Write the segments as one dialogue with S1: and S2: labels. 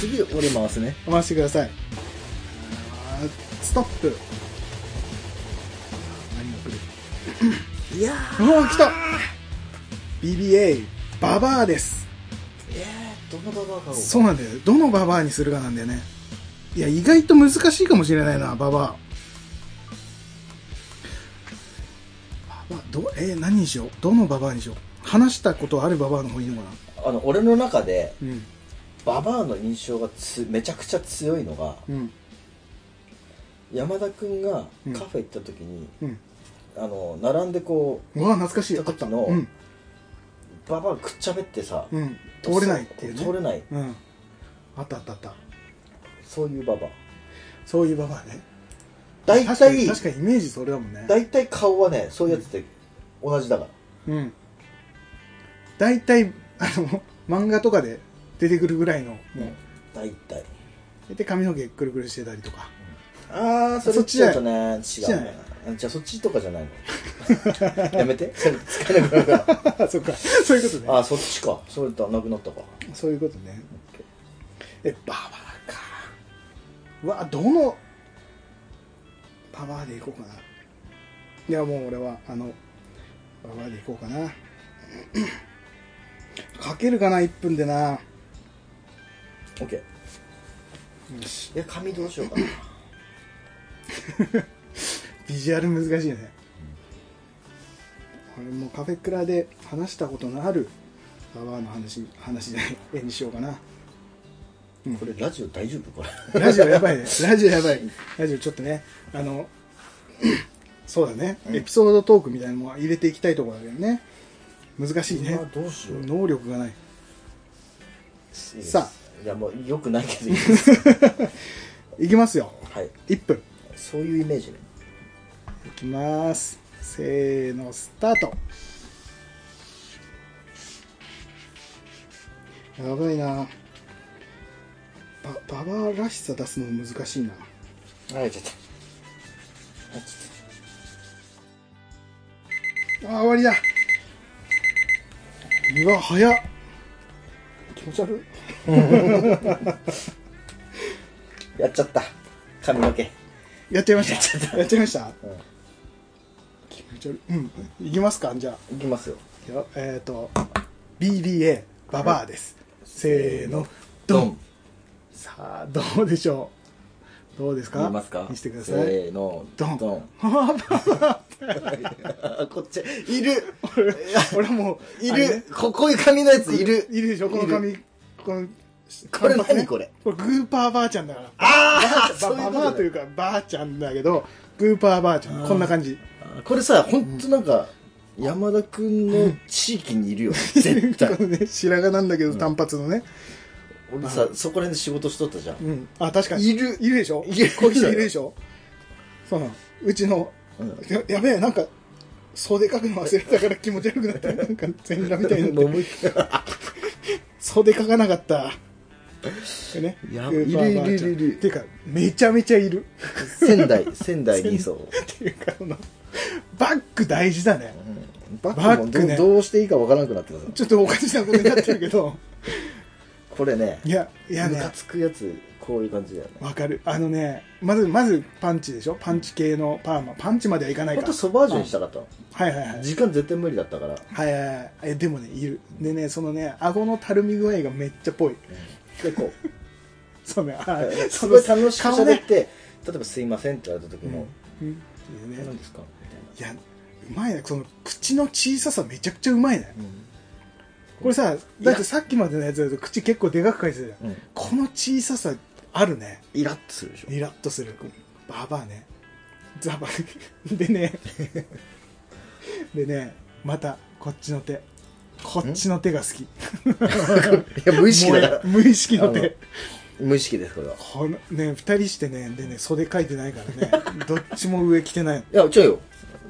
S1: 次、俺回すね。
S2: 回してください。あーストップ。何が来る
S1: いや
S2: うわ、来た !BBA、ババアです。
S1: えー、どのババアかを。
S2: そうなんだよ。どのババアにするかなんだよね。いや、意外と難しいかもしれないな、ババア。ババア、ど、えー何にしようどのババアにしよう話したことあるババアの方がいいのかな
S1: あの、俺の中で、
S2: うん。
S1: ババアの印象がつめちゃくちゃ強いのが、
S2: うん。
S1: 山田くんが
S2: うん
S1: カフェ行った時に、
S2: うん。
S1: あの、並んでこ
S2: うわ、懐かしい。あった。
S1: の
S2: うん。
S1: う、ババアくっちゃべってさ、
S2: うん。通れないっていうね。
S1: 通れない。
S2: うん。あったあったあった。
S1: そういうババア。
S2: そういうババアね。
S1: 大
S2: 確か
S1: 体
S2: に、確かにイメージそれだもんね。
S1: 大体顔はね、そういうやつって同じだから。
S2: うん。大体、あの、漫画とかで出てくるぐらいの、もう、
S1: 大体。
S2: で髪の毛くるくるしてたりとか。
S1: ああ、そ
S2: そ
S1: れ
S2: っちじゃ
S1: ちょ
S2: な
S1: っと
S2: い
S1: ね、
S2: ち
S1: 違
S2: じゃ
S1: う
S2: ない
S1: ね。あじゃあそっちとかじゃないのやめて。それ使えなくなるから。
S2: そっか、そういうことね。
S1: ああ、そっちか。それとはなくなったか。
S2: そういうことね。え、ババアか。うわ、どの、ババアでいこうかな。いや、もう俺は、あの、ババアでいこうかな。 かけるかな、1分でな。
S1: オッケ
S2: よし
S1: ー。いや、髪どうしようかな。
S2: ビジュアル難しいね。俺もカフェクラで話したことのあるババアの話、話じゃない、絵にしようかな。
S1: これラジオ大丈夫これ。
S2: ラジオやばい ね。ラジオやばい。ラジオちょっとね、あの、そうだね。エピソードトークみたいなのも入れていきたいところだけどね。難しいね
S1: あ。どうしよう。
S2: 能力がない。
S1: あ。
S2: さ
S1: いや、もう良くないけどいい です。
S2: いきますよ。
S1: はい。
S2: 1分。
S1: そういうイメージね。
S2: いきます。せーの、スタート。やばいな。ば、ババアらしさ出すの難しいな。
S1: あ、やっちゃった。あ、ちょっ
S2: あー、終わりだ。うわ、早っ。
S1: と気持ち悪 い。やっちゃった。髪の毛。
S2: やっちゃいました。 やっちゃいました。
S1: うん。
S2: 気持ち悪い。うん。いきますかじゃあ。
S1: いきますよ。
S2: いやえっ、と、BBA、ババアです。せーの、ドン。。さあ、どうでしょうどうですか
S1: 見ますか
S2: 見せてください。
S1: せーの。
S2: ド ン
S1: ドン。こっち、いる。
S2: 俺もう、
S1: い
S2: あれね
S1: る。ここういう髪のやついる。
S2: いるでしょこの髪、この、
S1: これ
S2: 髪ね
S1: 何これ
S2: これグーパーばあちゃんだから。
S1: あ
S2: ばばばあというか、ばあちゃんだけど、グーパーばあちゃん。こんな感じ。
S1: これさ、ほんとなんか、山田くんの地域にいるよね。絶 対
S2: こ。のね、白髪なんだけど、単発のね。
S1: 俺さ、そこら辺で仕事しとったじゃん。
S2: うん。あ、確かに。
S1: いる
S2: いるでしょ
S1: いる
S2: こういう人いるでしょそうなの。うちの、
S1: うん
S2: ややべえ、なんか、袖書くの忘れたから気持ち悪く なった。なんか、全裸みたいになって。
S1: 思いっきり
S2: 袖書かなかった。でね。
S1: や
S2: ウーパーバーちゃん
S1: いるいるいるいる
S2: ていうか、めちゃめちゃいる。
S1: 仙台、仙台にそう。
S2: っていうか、その、バック大事だね。
S1: バ
S2: ック
S1: ック
S2: ね
S1: もどうどうしていいかわからなくなってたぞ
S2: ちょっとおかしなことになってる けど。
S1: これね、
S2: いや、いや
S1: ム
S2: ね
S1: カ。つくやつ、こういう感じだよね。
S2: わかる。あのね、まず、まずパンチでしょパンチ系のパーマ。パンチまではいかない
S1: ほん
S2: か。
S1: とソバージュにしたかったの。
S2: はいはいはい。
S1: 時間絶対無理だったから。
S2: はいはいはいえでもねいるでねそのね顎のたるみ具合がめっちゃぽい
S1: で、こう。
S2: そうねあ
S1: すごい
S2: その
S1: 楽しく
S2: 顔
S1: 喋っ
S2: ね
S1: て、例えば「すいません」って言われた時も
S2: うん
S1: 「
S2: でね
S1: 何ですか?」みたい
S2: いやうまいねその口の小ささめちゃくちゃうまいね
S1: な、
S2: これさだってさっきまでのやつだと口結構でかく書いてたじゃん、
S1: うん
S2: この小ささあるね
S1: イラッとするでしょ
S2: イラッとするババアねザバ でねでねまたこっちの手こっちの手が好き
S1: いや無意識だから
S2: もう無意識の手
S1: 無意識ですこれは
S2: このね二人してねでね袖書いてないからねどっちも上着てない
S1: いや違うよ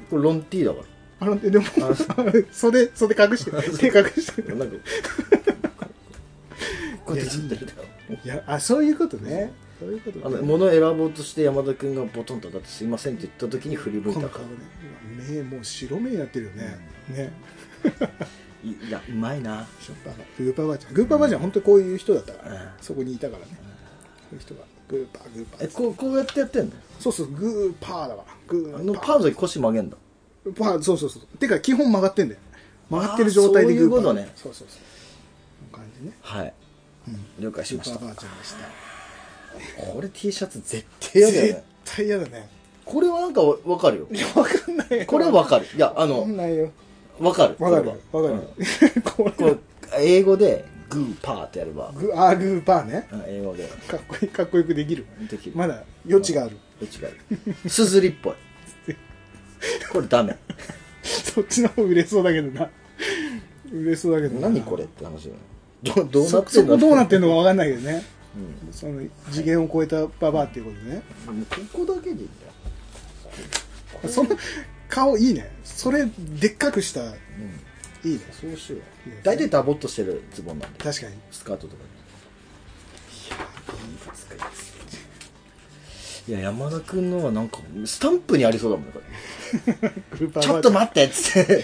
S1: これロン T だか
S2: あのでも 袖袖 隠して手隠して
S1: らなんか こうやってずっとやってたよ
S2: いやあそういうことねそういうこと
S1: あ
S2: ね
S1: の物を選ぼうとして山田君がボトンとだって「すいません」って言った時に振り向い
S2: こ
S1: た
S2: の
S1: か
S2: 顔
S1: ら
S2: ねうわ目もう白目になってるよね、 ね
S1: いいやうまいな
S2: ショッパーがグーパーばあちゃんグーパーばあちゃん本当こういう人だったから、
S1: うん
S2: そこにいたからね、そういう人がグーパーグーパ
S1: え
S2: ー
S1: こうこうやってやってんの
S2: そうそうグーパーだからグ
S1: あ
S2: ー
S1: の
S2: パー
S1: パーの時腰曲げんだ
S2: パーそうそうそうてか基本曲がってんだよ曲がってる状
S1: あ
S2: 態で
S1: ーそうい
S2: グ
S1: う
S2: ーパ
S1: こ
S2: ー
S1: とね
S2: そうそうそうこういう感じね
S1: はい
S2: うん
S1: 了解しまし
S2: グ
S1: た
S2: ーパーバージョンでした
S1: これ T シャツ絶対やだよ
S2: 絶
S1: ね
S2: 対嫌だね
S1: これはなんかわわかるよ
S2: いや わかんないよ
S1: これはわかるいやあ
S2: わか
S1: の
S2: んないよ
S1: わかる
S2: わかる
S1: こ
S2: わ
S1: れ
S2: か
S1: は
S2: る こ
S1: うんこれ英語でグーパーってやれば
S2: れグあーグーパーね
S1: うん英語で
S2: かっこいいかっこよくできる
S1: できる
S2: まだ余地がある
S1: うちがすずりっぽいこれダメ
S2: そっちの方売れそうだけどな売れそうだけどな
S1: 何これって話だよどどうな
S2: そ
S1: って
S2: そ
S1: んだ
S2: こどうなって
S1: ん
S2: んのかわかんないけどね
S1: うん
S2: その次元を超えたババアっていうことね
S1: もうここだけでいいんだよ
S2: その顔いいねそれでっかくしたい
S1: うん
S2: いね
S1: そうしよう
S2: いいですね
S1: 大体ダボっとしてるズボンなんで
S2: 確かに
S1: スカートとかいや山田君のはなんかスタンプにありそうだもんねこれ
S2: グーパー
S1: ちょっ
S2: バージ
S1: と
S2: ョン
S1: 待ってっつって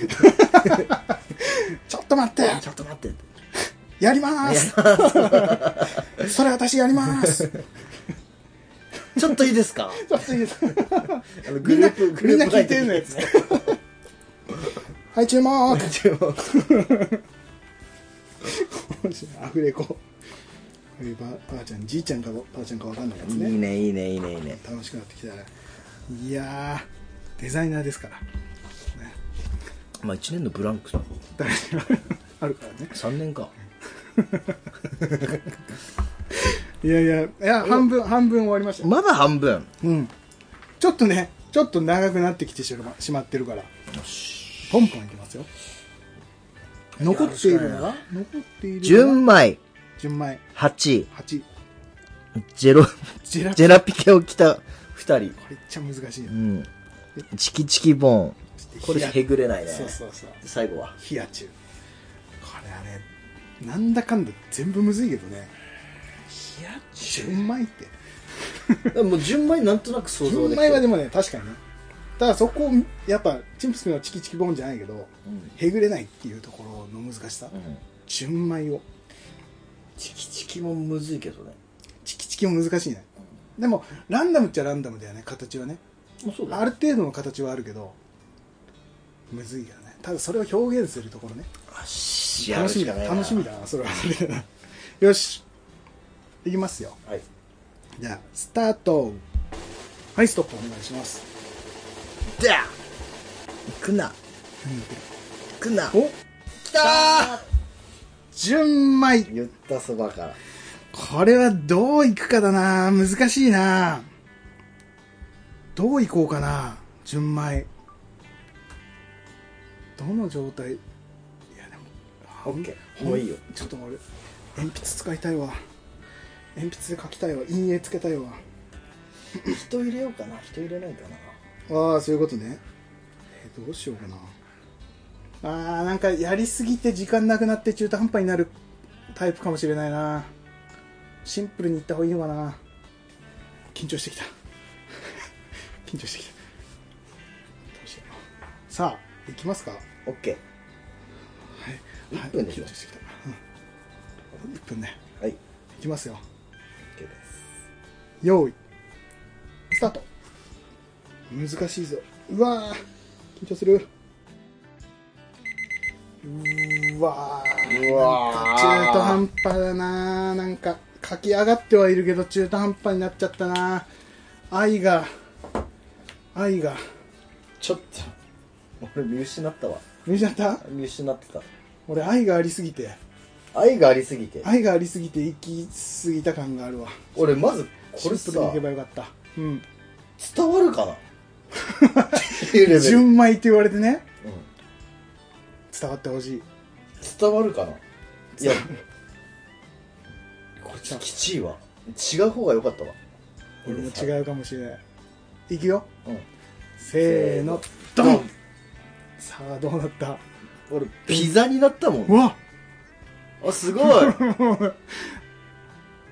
S2: ちょっと待って
S1: ちょっと待ってって
S2: やりまーす それ私やりまー す
S1: ちょっといいですか
S2: ちょっといいです
S1: あの
S2: み
S1: グ
S2: ん
S1: ル
S2: な
S1: ープグ
S2: み
S1: ル
S2: んな
S1: ープ
S2: 聞いてんのやつ はい注目アフレコこういうばばあちゃんじいちゃんかばばあちゃんかわかんないやつ
S1: いい
S2: ね
S1: ねいいねいいねいいね
S2: 楽しくなってきたらいやーデザイナーですから、ね、
S1: まあ1年のブランクじゃん
S2: 誰にもあるからね
S1: 3年か
S2: いやいやいや半分半分終わりました
S1: まだ半分
S2: うんちょっとねちょっと長くなってきてしましまってるからポンポンいきますよ残っているのが残っているのが
S1: 純米
S2: 純米
S1: 8
S2: 8
S1: ジェロ
S2: ジェラ
S1: ジェラピケを着た2人
S2: これめっちゃ難しいよ
S1: うんチキチキボーンこれへぐれないね
S2: そうそうそう
S1: 最後は
S2: 冷や中これはねなんだかんだ全部むずいけどね
S1: 冷や
S2: 純米って
S1: もう純米なんとなく想像
S2: 純
S1: でき
S2: 米はで
S1: も、
S2: もね確かにねただそこをやっぱチンプスのチキチキボーンじゃないけど
S1: うん
S2: へぐれないっていうところの難しさ
S1: うん、
S2: 純米を
S1: チキチキもむずいけどね
S2: チキチキも難しいねでもランダムっちゃランダムだよね形はね
S1: もうそう
S2: ある程度の形はあるけどむずいよねただそれを表現するところね
S1: 楽し
S2: 楽しみだな楽しみだなそれはそれだなよしいきますよ
S1: はい
S2: じゃあスタートはいストップお願いします
S1: じゃあ行くな行くな
S2: お
S1: 来たー
S2: 純米
S1: 言ったそばから
S2: これはどういくかだな難しいなどういこうかな純米どの状態いやでも
S1: オッケーもういいよ
S2: ちょっと俺鉛筆使いたいわ鉛筆で書きたいわ陰影つけたいわ
S1: 人入れようかな人入れないかな
S2: ああそういうことね、えーどうしようかなあーなんかやりすぎて時間なくなって中途半端になるタイプかもしれないなシンプルにいった方がいいのかな緊張してきた 緊張してきたどうしようさあ行きますかは
S1: オッケ
S2: い
S1: 1分でしょ
S2: はい緊張してきた、うん、1分ね
S1: ーはい
S2: 行きますよ
S1: OK です
S2: 用意スタート難しいぞうわー緊張するうわー
S1: うわー
S2: なんか中途半端だなーなんか書き上がってはいるけど中途半端になっちゃったなー愛が愛が
S1: ちょっと俺見失ったわ
S2: 見ちゃった
S1: 見失ってた
S2: 俺愛がありすぎて
S1: 愛がありすぎて
S2: 愛がありすぎて行き過ぎた感があるわ
S1: 俺まずこれさ
S2: シンプルにいけばよかったうん
S1: 伝わる かなっていうレベル、うん
S2: 純米って言われてね伝わってほしい
S1: 伝わるかない やこっちきちいわ違う方が良かったわ
S2: 俺も違うかもしれないいくよ
S1: うん
S2: せーのドンさあどうなった
S1: 俺ピザになったも
S2: うんわ
S1: あすごい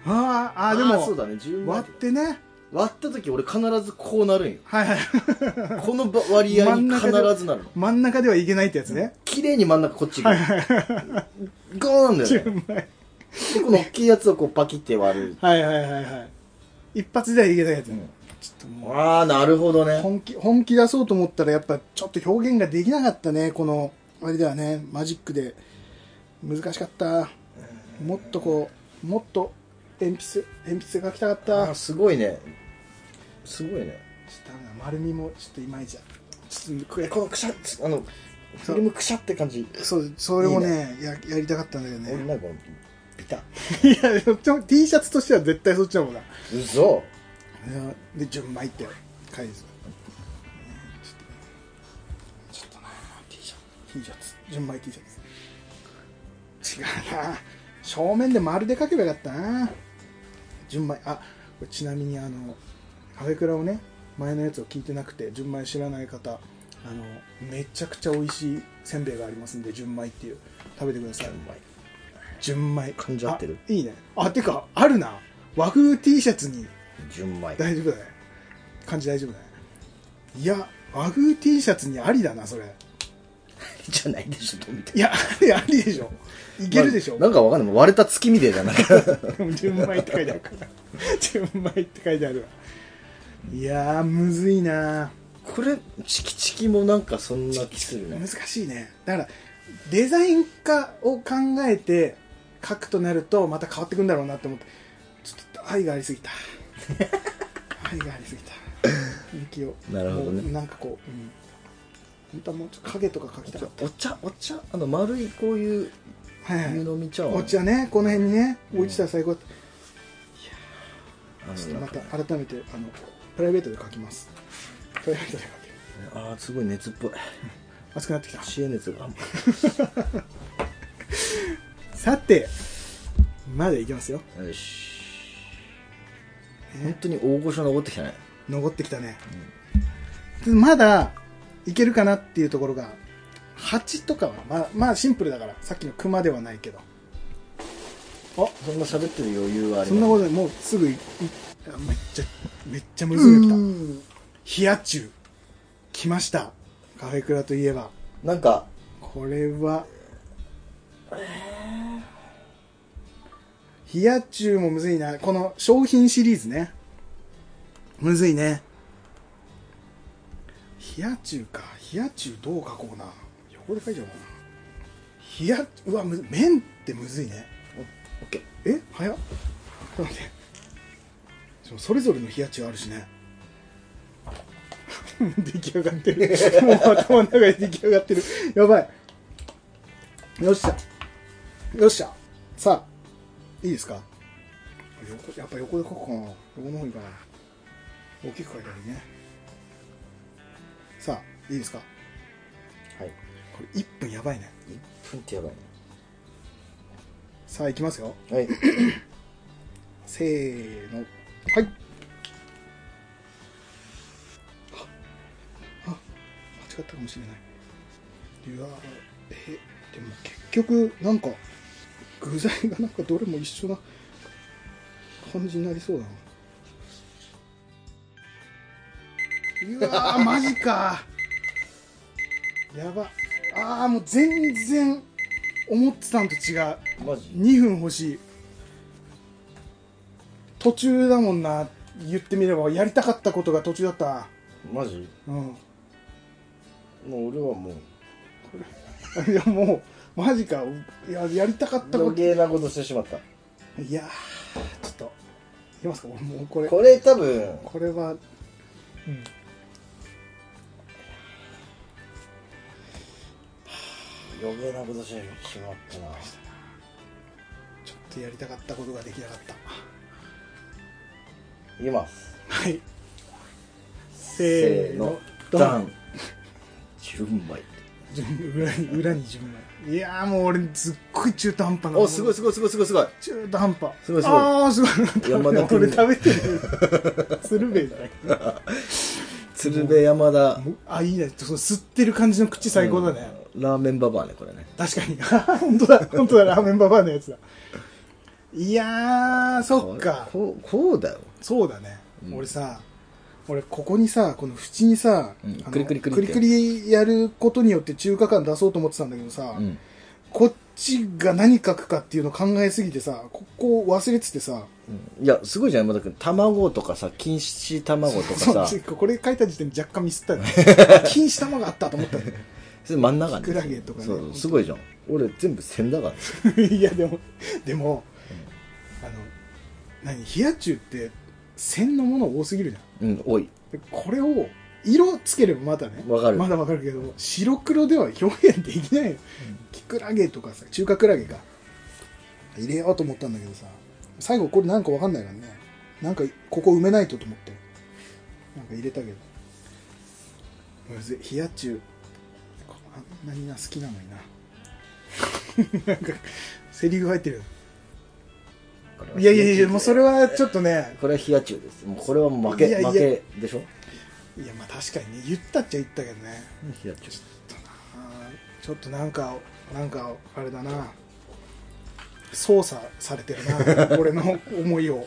S2: あ ーあーで
S1: そう
S2: も
S1: だね10
S2: 割ってね
S1: 割った時俺必ずこうなるんよ
S2: はいはい
S1: このば 割合に必ずなるの
S2: 真ん中ではいけないってやつね
S1: 綺麗に真ん中こっち行くゴーンなんだよね
S2: 純米
S1: でこの大きいやつをこうパキって割る
S2: はいはいはいはい一発ではいけないやつ、
S1: うん
S2: ちょっともう
S1: ああなるほどね
S2: 本気本気出そうと思ったらやっぱちょっと表現ができなかったねこのあれではねマジックで難しかったもっとこうもっと鉛筆鉛筆で描きたか
S1: あ
S2: った
S1: ーすごいねすごいね
S2: ちょっとダメだ丸みもちょっといまいちだちょっとこ
S1: これ
S2: れ
S1: このくしゃあのフィルムくしゃって感じ
S2: そうそれもねややりたかったんだけど
S1: 俺
S2: ね
S1: なんかビタ
S2: いやでも T シャツとしては絶対そっちだもんな
S1: 嘘
S2: で純米って返すちょっとな T シャツ T シャツ純米 T シャツ違うな正面で丸で描けばよかったな純米あこれちなみにあのカフェクラをね前のやつを聞いてなくて純米知らない方あのめちゃくちゃ美味しいせんべいがありますんで純米っていう食べてください純米
S1: 噛んじゃってる
S2: あいいねあてかあるな和風 T シャツに
S1: 純米
S2: 大丈夫だね感じ大丈夫だねいや和風 T シャツにありだなそれ
S1: じゃないでしょどう見ても
S2: いや あれありでしょいけるでしょ、
S1: ななんかわかんない割れた月みたいだなんか
S2: でも純米って書いてあるから 純米って書いてあるわいやーむずいな
S1: これチキチキもなんかそんな気するね
S2: 難しいねだからデザイン化を考えて書くとなるとまた変わってくんだろうなって思ってちょっと愛がありす ぎた愛がありすぎた人気を
S1: なるほどね
S2: もうなんかこう、うん、本当はもうちょっと影とか描きたかった
S1: お茶お茶あの丸いこういう
S2: はいはい
S1: 湯飲み茶碗
S2: お茶ねこの辺にね置いてたら最高だった
S1: あの
S2: ちょっと
S1: な
S2: ま
S1: んか
S2: た改めてあのプライベートで書きますプライベートで書ける
S1: あーすごい熱っぽい
S2: 熱くなってきた
S1: 知恵熱が
S2: さてまだいきますよ
S1: よし本当に大御所登ってきたね
S2: 登ってきたね、まだいけるかなっていうところが8とかはまあまあシンプルだからさっきの熊ではないけどあ
S1: そんな喋ってる余裕はあり
S2: そんなこととでもうすぐいいあめっちゃめっちゃむずいの来た冷や中来ましたカフェクラといえば
S1: なんか
S2: これは冷や中もむずいなこの商品シリーズねむずいね冷や中か冷や中どう書こうな横で書いちゃおうかな冷やうわむず麺ってむずいね
S1: オッケー
S2: え早っちょっと待ってしかもそれぞれの冷や中あるしね 出来上がってるもう頭の中で出来上がってるやばいよっしゃよっしゃさあいいですか横やっぱ横で書くかな横の方にかな大きく書いたらいいねさあいいですか
S1: はい
S2: これ1分やばいね
S1: 1分ってやばいね
S2: さあいきますよ
S1: はい
S2: せーのはいああ間違ったかもしれないいやーえでも結局なんか具材がなんかどれも一緒な感じになりそうだなうわーマジかやばあーもう全然思ってたんと違う
S1: マジ
S2: 2分欲しい途中だもんな言ってみればやりたかったことが途中だったな
S1: マジ
S2: うん
S1: もう俺はもう
S2: いやもうマジかいややりたかったこ
S1: 余
S2: と
S1: 計なことしてしまった
S2: いやーちょっといきますか俺もうこれ
S1: これ多分
S2: これはうん
S1: 余計なことしてしまったな
S2: ちょっとやりたかったことができなかった
S1: いきます
S2: はいせーの
S1: ダ ン純米
S2: 裏に裏に自分がいやーもう俺すっごい中途半端な
S1: おすごいすごいすごいすごいすごい
S2: 中途半端
S1: すごいすごい
S2: ああすごい
S1: 山田君
S2: 俺食べてる鶴瓶じゃない
S1: 鶴瓶山田
S2: あいいねそう吸ってる感じの口最高だね、
S1: うんラーメンババアねこれね
S2: 確かに本当だ本当だラーメンババアのやつだいやーそっか
S1: こうこうだよ
S2: そうだね、
S1: うん
S2: 俺さ俺ここにさこの縁にさ、
S1: うん
S2: あの
S1: クリクリクリっ
S2: ク
S1: て
S2: リクリやることによって中華感出そうと思ってたんだけどさ、
S1: うん
S2: こっちが何書くかっていうのを考えすぎてさここを忘れててさ
S1: いやすごいじゃん山田君卵とかさ錦糸卵とか
S2: そう
S1: さ
S2: ついこれ書いた時点で若干ミス ったよね錦糸卵あったと思ったよね
S1: それ真ん中
S2: キクラゲとかね
S1: そうすごいじゃん俺全部線だからね
S2: いやでもでも、あの何冷や中って線のもの多すぎるじゃん
S1: うん多い
S2: でこれを色つければまだね
S1: わかる
S2: まだわかるけど白黒では表現できないよ、キクラゲとかさ中華クラゲか入れようと思ったんだけどさ最後これなんかわかんないからねなんかここ埋めないとと思ってなんか入れたけどむずい冷や中こんなにな好きなのにななん かセリフ入ってるいやいやいやもうそれはちょっとね
S1: これは冷や中ですもうこれはもう負け
S2: いやいや
S1: 負けでしょ
S2: いやまあ確かにね言ったっちゃ言ったけどね
S1: 冷や中
S2: あーちょっとなんかなんかあれだな操作されてるな 俺の思 いを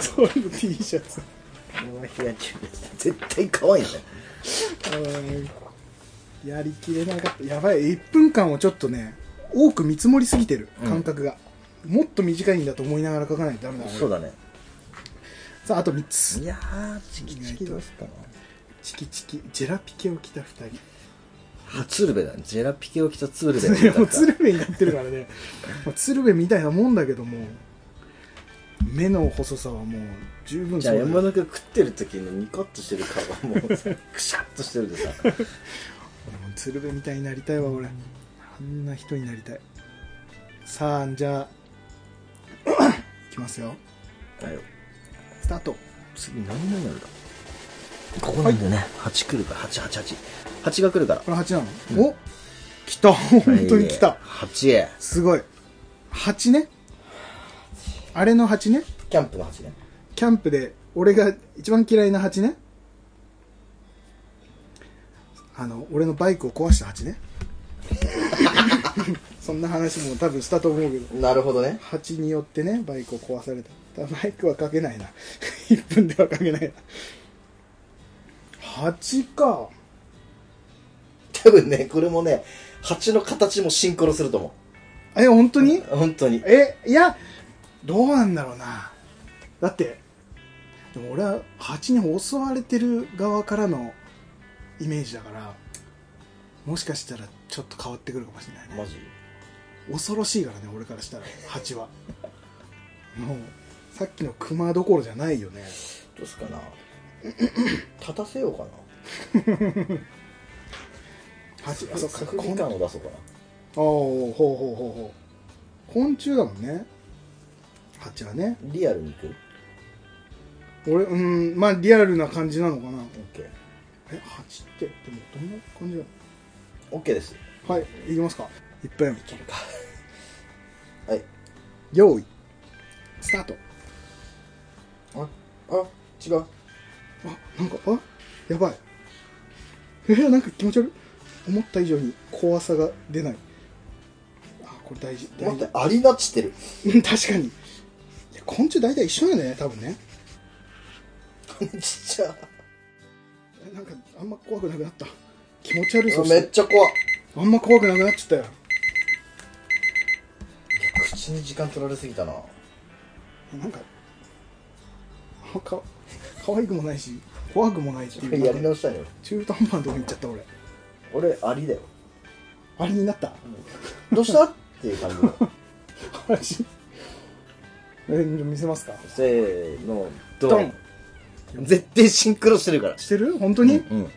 S2: そういう T シャツ
S1: これは冷や中です絶対可愛いね
S2: あーやりきれなかったやばい1分間をちょっとね多く見積もりすぎてる
S1: うん
S2: 感覚が、もっと短いんだと思いながら書かないとダメだな
S1: そうだね
S2: さああと3つ
S1: いやーチキチキどうしたの
S2: チキチキジェラピケを着た2人
S1: あ鶴瓶だねジェラピケを着た鶴瓶
S2: いやもう鶴
S1: だ
S2: 瓶になってるからね、まあ、鶴瓶みたいなもんだけども目の細さはもう十分
S1: じ
S2: そ
S1: ゃあ
S2: うだ
S1: 山
S2: よ
S1: 田君食ってる時のニコッとしてる顔はもう さくしゃっとしてるでさ
S2: 俺も鶴瓶みたいになりたいわ俺あんな人になりたいさあじゃあ いきますよ
S1: だよ
S2: スタート
S1: 次何なんやるかここなんだよね、八8来るから888八が来るから
S2: これ8なの、お来た本当に来た、
S1: 8へ
S2: すごい8ねあれの8ね
S1: キャンプの8ね
S2: キャンプで俺が一番嫌いな蜂ねあの俺のバイクを壊した蜂ね そんな話も多分したと思うけど
S1: なるほどね
S2: 蜂によってねバイクを壊されたただバイクはかけない な1分ではかけないな蜂か
S1: 多分ねこれもね8の形もシンクロすると思
S2: え本当に
S1: う本当に
S2: えいやどうなんだろうなだってでも俺は蜂に襲われてる側からのイメージだからもしかしたらちょっと変わってくるかもしれないね
S1: マジ
S2: 恐ろしいからね俺からしたら蜂はもうさっきの熊どころじゃないよね
S1: どうすかな立たせようかな
S2: 蜂あそうか
S1: 角
S2: こ
S1: 煮
S2: んあ
S1: 感を出そうかな
S2: あほうほうほうほう昆虫だもんね蜂はね
S1: リアルにいくオッ
S2: 俺うんまあリアルな感じなのかな
S1: ケー
S2: え蜂ってでもどんな感じなの
S1: オッケーです
S2: はい、いきますか。1分。
S1: いけるかはい
S2: 用意。スタート。
S1: ああ違う
S2: あ、なんか、あ、やばい。えー、なんか気持ち悪い。思った以上に怖さが出ない。あ、これ大事。大
S1: 待っ
S2: 事
S1: て。アリナチてる
S2: うん確かに。いや、昆虫大体一緒だよね、多分ね。
S1: ちっちゃ
S2: えなんか、あんま怖くなくなった。気持ち悪いそ
S1: あ
S2: し。
S1: めってちゃ怖っ
S2: あんま怖くなくなっちゃったよ。
S1: いや口に時間取られすぎたな
S2: なんか、あんまか、可愛くもないし、怖くもないっていう。
S1: やり
S2: なんか
S1: 直したいのよ
S2: 中途半端なとこ行っちゃった、俺。
S1: 俺アリだよ
S2: あれになった。
S1: どう したっていう感じだ
S2: 話え見せますか
S1: せーの
S2: ド
S1: ド
S2: ン
S1: ン絶対シンクロしてるから
S2: してる本当に、
S1: うん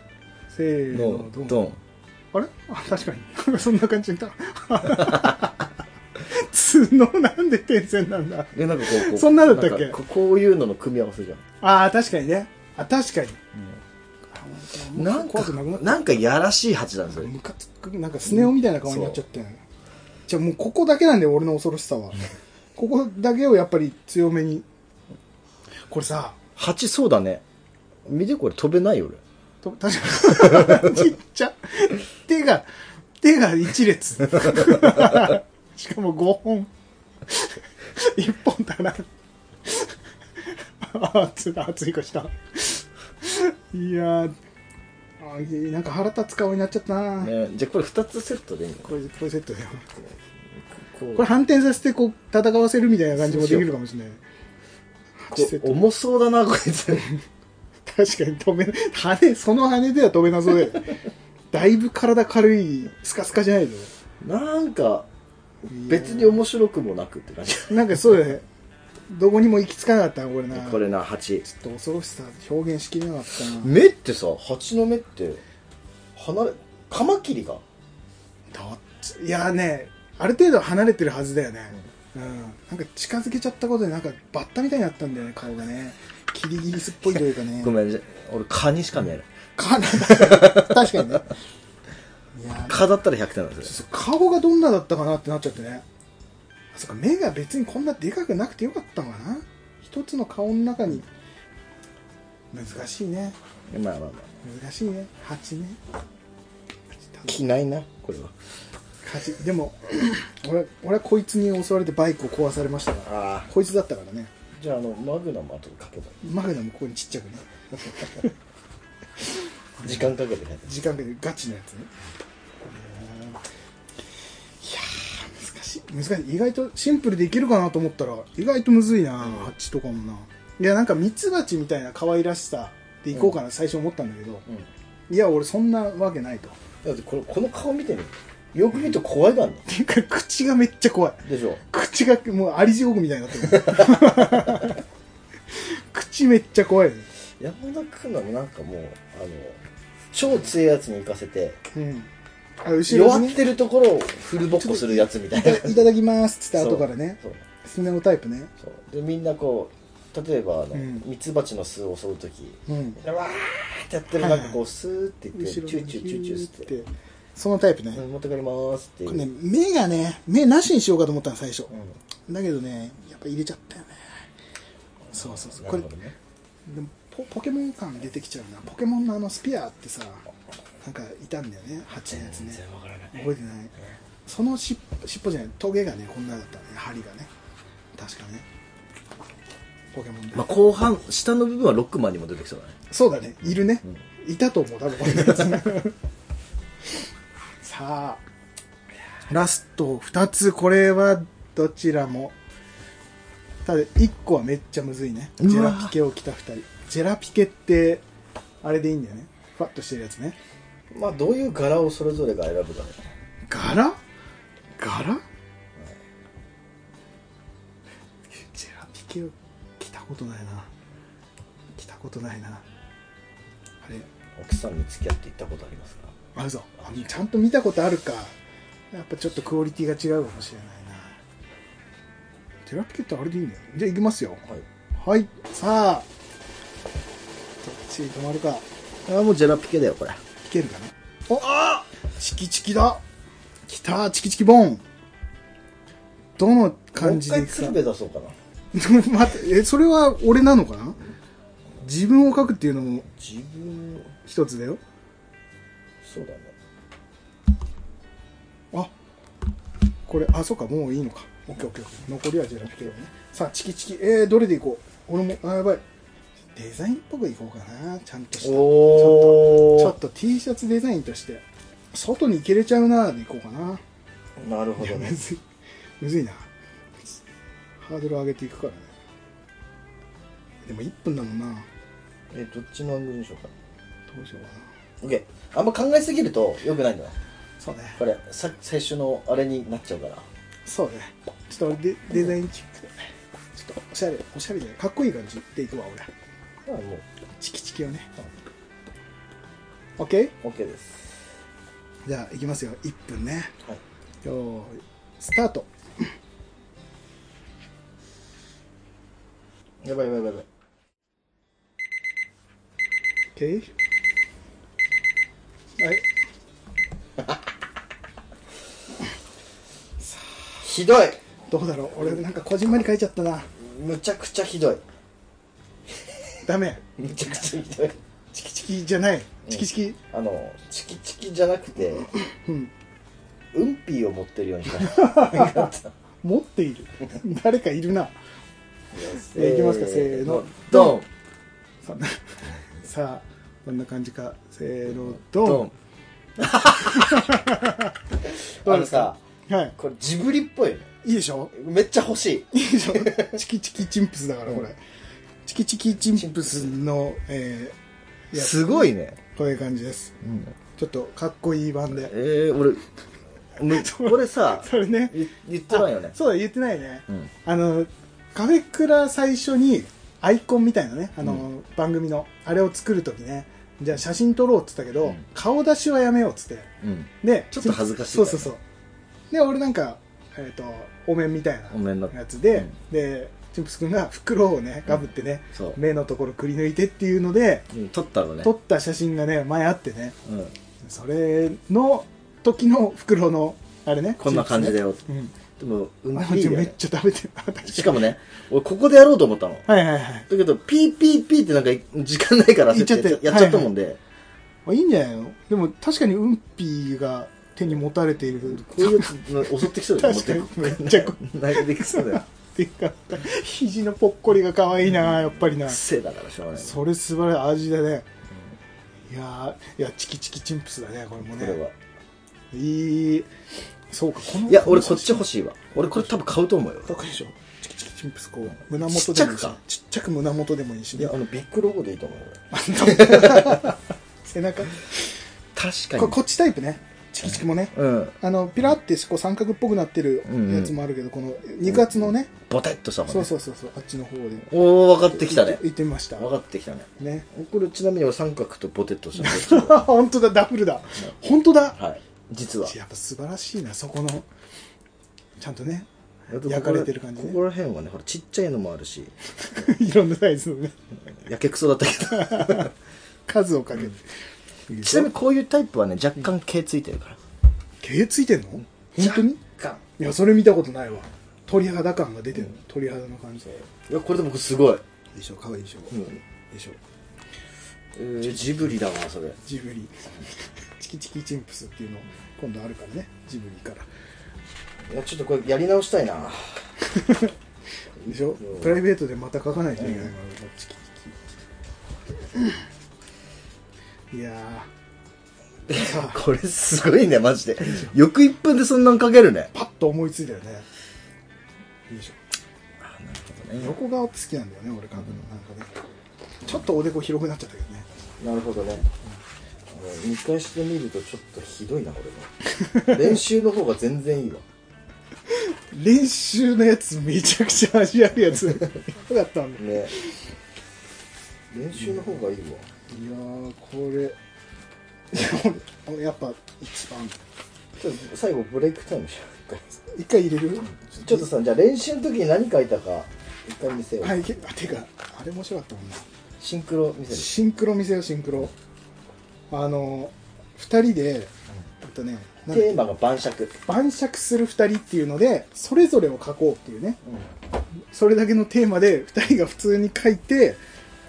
S2: せー
S1: ド
S2: の
S1: ン
S2: ドン
S1: ドン
S2: あれあ確かに なんかそんな感じにいた 角なんで点線なんだ
S1: えなんかこうこう
S2: そんなだったっけ
S1: んかここういうのの組み合わせじゃん
S2: ああ確かにねあ確かに、あ
S1: なんか
S2: 怖くなくなった
S1: なんかやらしい蜂なんですよ
S2: ムカつくなんかスネ夫みたいな顔になっちゃってじゃあもうここだけなんだよ俺の恐ろしさはここだけをやっぱり強めにこれさ
S1: 蜂そうだね見てこれ飛べないよ俺
S2: と確か に。ちっちゃ。手が、手が一列。 しかも5本。1本だな。あ、熱い、熱いかした。いやーあー、なんか腹立つ顔になっちゃったな。
S1: ねじゃあこれ2つセットでいいの
S2: これ、これセットだよ。
S1: そう
S2: これ反転させてこう戦わせるみたいな感じもできるかもしれない
S1: こ重そうだなこい つ
S2: 確かに止め羽その羽では飛べなそうでだいぶ体軽いスカスカじゃないの
S1: なんか別に面白くもなくって感じ
S2: なんかそうだねどこにも行き着かなかったなこれな
S1: これな蜂
S2: ちょっと恐ろしさ表現しきれなかったな
S1: 目ってさ蜂の目って離れカマキリか
S2: どっちいやねある程度離れてるはずだよねうん、なんか近づけちゃったことでなんかバッタみたいになったんだよね顔がねキリギリスっぽいというかね
S1: ごめん俺蚊にしか見えない
S2: か確かにねいや
S1: 蚊だったら100点なんですよ
S2: そう顔がどんなだったかなってなっちゃってねあそっか目が別にこんなでかくなくてよかったのかな一つの顔の中に難しいね
S1: まあまあまあ
S2: 難しいね蜂ね
S1: 着ないなこれは
S2: 蜂でも 俺俺はこいつに襲われてバイクを壊されましたから
S1: あ
S2: こいつだったからね
S1: じゃああのマグナム後でかけばい
S2: マグナもここにちっちゃくね
S1: い時間かけて書いて
S2: 時間かけてガチのやつねいやー難しい難しい意外とシンプルでいけるかなと思ったら意外とむずいな、蜂とかもないやなんかミツバチみたいな可愛らしさでいこうかな、最初思ったんだけど、いや俺そんなわけないとっ
S1: だってこれこの顔見てみよく見ると怖いがんね
S2: ていうか口がめっちゃ怖い
S1: でしょ
S2: 口がもうアリ地獄みたいになってる口めっちゃ怖いよね
S1: 山田君はなんかもうあの超強いやつに行かせて
S2: うんあ後ろ
S1: 弱
S2: に、
S1: ってるところをフルボッコするやつみた いな
S2: ね、いただきますっつって後からね
S1: そう
S2: スネ夫タイプね
S1: そうでみんなこう例えばあの
S2: うん
S1: ミツバチの巣を襲う時
S2: うん
S1: わーってやってる
S2: はいは
S1: ないんかこうスーっていってチ
S2: 後
S1: ュ
S2: ろ
S1: ー
S2: に
S1: チューチューチュー
S2: ヒュー
S1: っ
S2: っててそのタイプね、
S1: うん持ってかれまーすってい
S2: こ
S1: う、
S2: れね目がね目なしにしようかと思ったの最初、
S1: うん
S2: だけどねやっぱ入れちゃったよねそうそうそうこれ
S1: なるほどね
S2: でもポポケモン感出てきちゃうなポケモンのあのスピアってさなんかいたんだよね蜂のやつね
S1: 全然わからない
S2: 覚えてないその尻尾尻尾じゃないトゲがねこんなだったね針がね確かねポケモンで、
S1: まあ、後半下の部分はロックマンにも出てきそうだね
S2: そうだねいるね、いたと思う多分 こんなやつさあラスト2つこれはどちらもただ1個はめっちゃむずいね
S1: うわ
S2: ジェラピケを着た2人ジェラピケってあれでいいんだよねふわっとしてるやつね
S1: まあどういう柄をそれぞれが選ぶかね
S2: 柄柄ジェラピケを着たことないな着たことないなあれ
S1: 奥さんに付き合って行ったことありますか
S2: あるぞあちゃんと見たことあるかやっぱちょっとクオリティが違うかもしれないなテラピケってあれでいいんだよじゃあ行きますよ
S1: はい
S2: はいさあどっちに止まるか
S1: ああもうジェラピケだよこれ
S2: 聞けるかなおあーチキチキだきたチキチキボンどの感じで
S1: もう
S2: い
S1: 一回
S2: く
S1: 鶴
S2: か
S1: 瓶出そうかな
S2: 待ってえそれは俺なのかな自分を書くっていうのも
S1: 自分
S2: 一つだよ
S1: そうだね
S2: あこれあそうかもういいのかオッケーオッケーオッケー残りはジェラピケロねさあチキチキえー、どれでいこう俺もあやばいデザインっぽくいこうかなちゃんとしたちょっと
S1: お
S2: ちょっと T シャツデザインとして外に行けれちゃうなーでいこうかな
S1: なるほど
S2: む
S1: ね
S2: ずいむずいなハードル上げていくからねでも1分だもんな
S1: えどっちのアングルにしようか
S2: どうしようかな
S1: オッケーあんま考えすぎるとよくないんだな
S2: そうね
S1: これさ最初のあれになっちゃうから
S2: そうねちょっと俺デデザインチックでちょっとおしゃれおしゃれじゃないかっこいい感じでいくわ俺
S1: まあもう
S2: チキチキをね。オッケー
S1: OK です
S2: じゃあ、いきますよ。1分ね。
S1: はい
S2: よーい、スタート。
S1: やばいやばいやばいやばい
S2: オッケーはい。
S1: ひどい
S2: どうだろう俺なんかこじんまり書いちゃったな。
S1: むちゃくちゃひどい
S2: ダメ。
S1: むちゃくちゃひどい
S2: チキチキじゃない。チキチキ。
S1: あのチキチキじゃなくて
S2: うん。
S1: うんぴーを持ってるようにしま した
S2: 持って いる。誰かいるな。えーいきますかせーの
S1: ドン
S2: さあ、さあどんな感じか。せーの、
S1: ド
S2: ドン
S1: ン。あ
S2: どう
S1: の
S2: ですか
S1: さ
S2: はい。
S1: これジブリっぽいよね
S2: いいでしょ
S1: めっちゃ欲しい
S2: いいでしょチキチキチンプスだからこれ、チキチキチンプスのえー、やつ
S1: すごいね、
S2: こういう感じです
S1: うん、
S2: ちょっとかっこいい版で
S1: えー、俺 む俺さ
S2: それね
S1: 言言ってないよね
S2: あそうだ言ってないね
S1: うん
S2: あのカフェクラ最初にアイコンみたいなねあの、
S1: う
S2: 番組のあれを作るときねじゃあ写真撮ろうっつったけど、
S1: うん
S2: 顔出しはやめようっつって
S1: うん
S2: で
S1: ちょっと恥ずかしい
S2: そ
S1: から
S2: うそうそうで俺なんか、えー、とお面みたい
S1: お面の
S2: なやつで、
S1: うん
S2: でチンプス君が袋をねかぶってね、
S1: そう
S2: 目のところくり抜いてっていうので
S1: うん撮ったのね
S2: 撮った写真がね前あってね
S1: うん、
S2: それの時の袋のあれね
S1: こんな感じだよ
S2: チンプスね
S1: でもう
S2: うんんあ
S1: ピ
S2: のうち
S1: ーだよ
S2: めっ
S1: ね
S2: ちゃ食べてるあ確かに
S1: しかもね俺ここでやろうと思ったの
S2: はいはいはい
S1: だけど、ピーピーピーってなんか時間ないから
S2: 言っちゃって
S1: ややっちゃったもんで、
S2: あいいんじゃないのでも確かにうんぴーが手に持たれている
S1: こういうやつの襲ってきそうだよ、
S2: 確かに
S1: 持って
S2: めっちゃこ
S1: 投げてきそう だよ。
S2: っていうか肘のぽっこりが可愛いなやっぱりな
S1: せいだからしょうがない。
S2: それ素晴らしい味だねいやーいやチキチキチンプスだねこれも
S1: これは
S2: ね。いいそうかこの
S1: いや、
S2: の
S1: 俺こっち
S2: 写真
S1: 欲しいわ。俺これ多分買うと思うよ。
S2: どこでしょチキチキチンプスこう胸元でもいい
S1: ちっちゃく
S2: し
S1: か
S2: ちっちゃく胸元でもいいし
S1: い
S2: ね
S1: や、あの、ビッグロゴでいいと思うよ。
S2: 背中こ
S1: 確
S2: れ
S1: か
S2: こっちタイプねチキチキもね
S1: に。うん。
S2: あのピラってこう三角っぽくなってるやつもあるけどこの肉厚のね
S1: ボテッとしたもん
S2: そう
S1: ね。
S2: そうそうそうあっちの方で
S1: おー、分かってきたね。
S2: 行ってみました
S1: 分かってきたね。
S2: ね
S1: これちなみに俺三角とボテッとしたの
S2: 本当だダブルだ本当だ
S1: はい。実は。
S2: やっぱ素晴らしいなそこのちゃんとね
S1: あとここら
S2: 焼かれてる感じね
S1: ここら辺はね、ほら、ちっちゃいのもあるし、
S2: いろんなサイズのね
S1: やけくそだったけ ど。
S2: 数をかけていいで
S1: ち
S2: し
S1: な
S2: ょ
S1: みにこういうタイプはね、若干毛ついてるから。
S2: 毛ついてんの本当に
S1: 若干
S2: いやそれ見たことないわ鳥肌感が出てる鳥肌の感じで
S1: いやこれでもすごい、
S2: しょ可愛いでしょ
S1: うん
S2: でしょ
S1: えージブリだわそれ
S2: ジブリ チキチキチンプスっていうの今度あるからねジブリから
S1: いやちょっとこれやり直したいな
S2: でしょ
S1: うん
S2: プライベートでまた書かないといけないから、チキチキいやー
S1: これすごいねマジでよく1分でそんなんかけるね
S2: パッと思いついたよねよいしょ横顔好きなんだよね俺書くのなんかねちょっとおでこ広くなっちゃったけどね
S1: なるほどねあの見返してみるとちょっとひどいなこ れは練習の方が全然いいわ
S2: 練習のやつめちゃくちゃ味あ るやつよかったんだい
S1: ね練習の方がいいわ
S2: やーこれいや俺やっぱ一番
S1: ちょっと最後ブレイクタイムしよう一
S2: 一回入れる
S1: 回ちょっとさじゃあ練習の時に何書いたか一回見せよう、
S2: はいいけあてかあれ面白かったもんな
S1: シンクロ見せる
S2: シンクロ見せよシンクロあの2人であとねなんだっ
S1: テ
S2: け
S1: ーマが晩酌、
S2: 晩酌する2人っていうのでそれぞれを書こうっていうねそれだけのテーマで2人が普通に書いて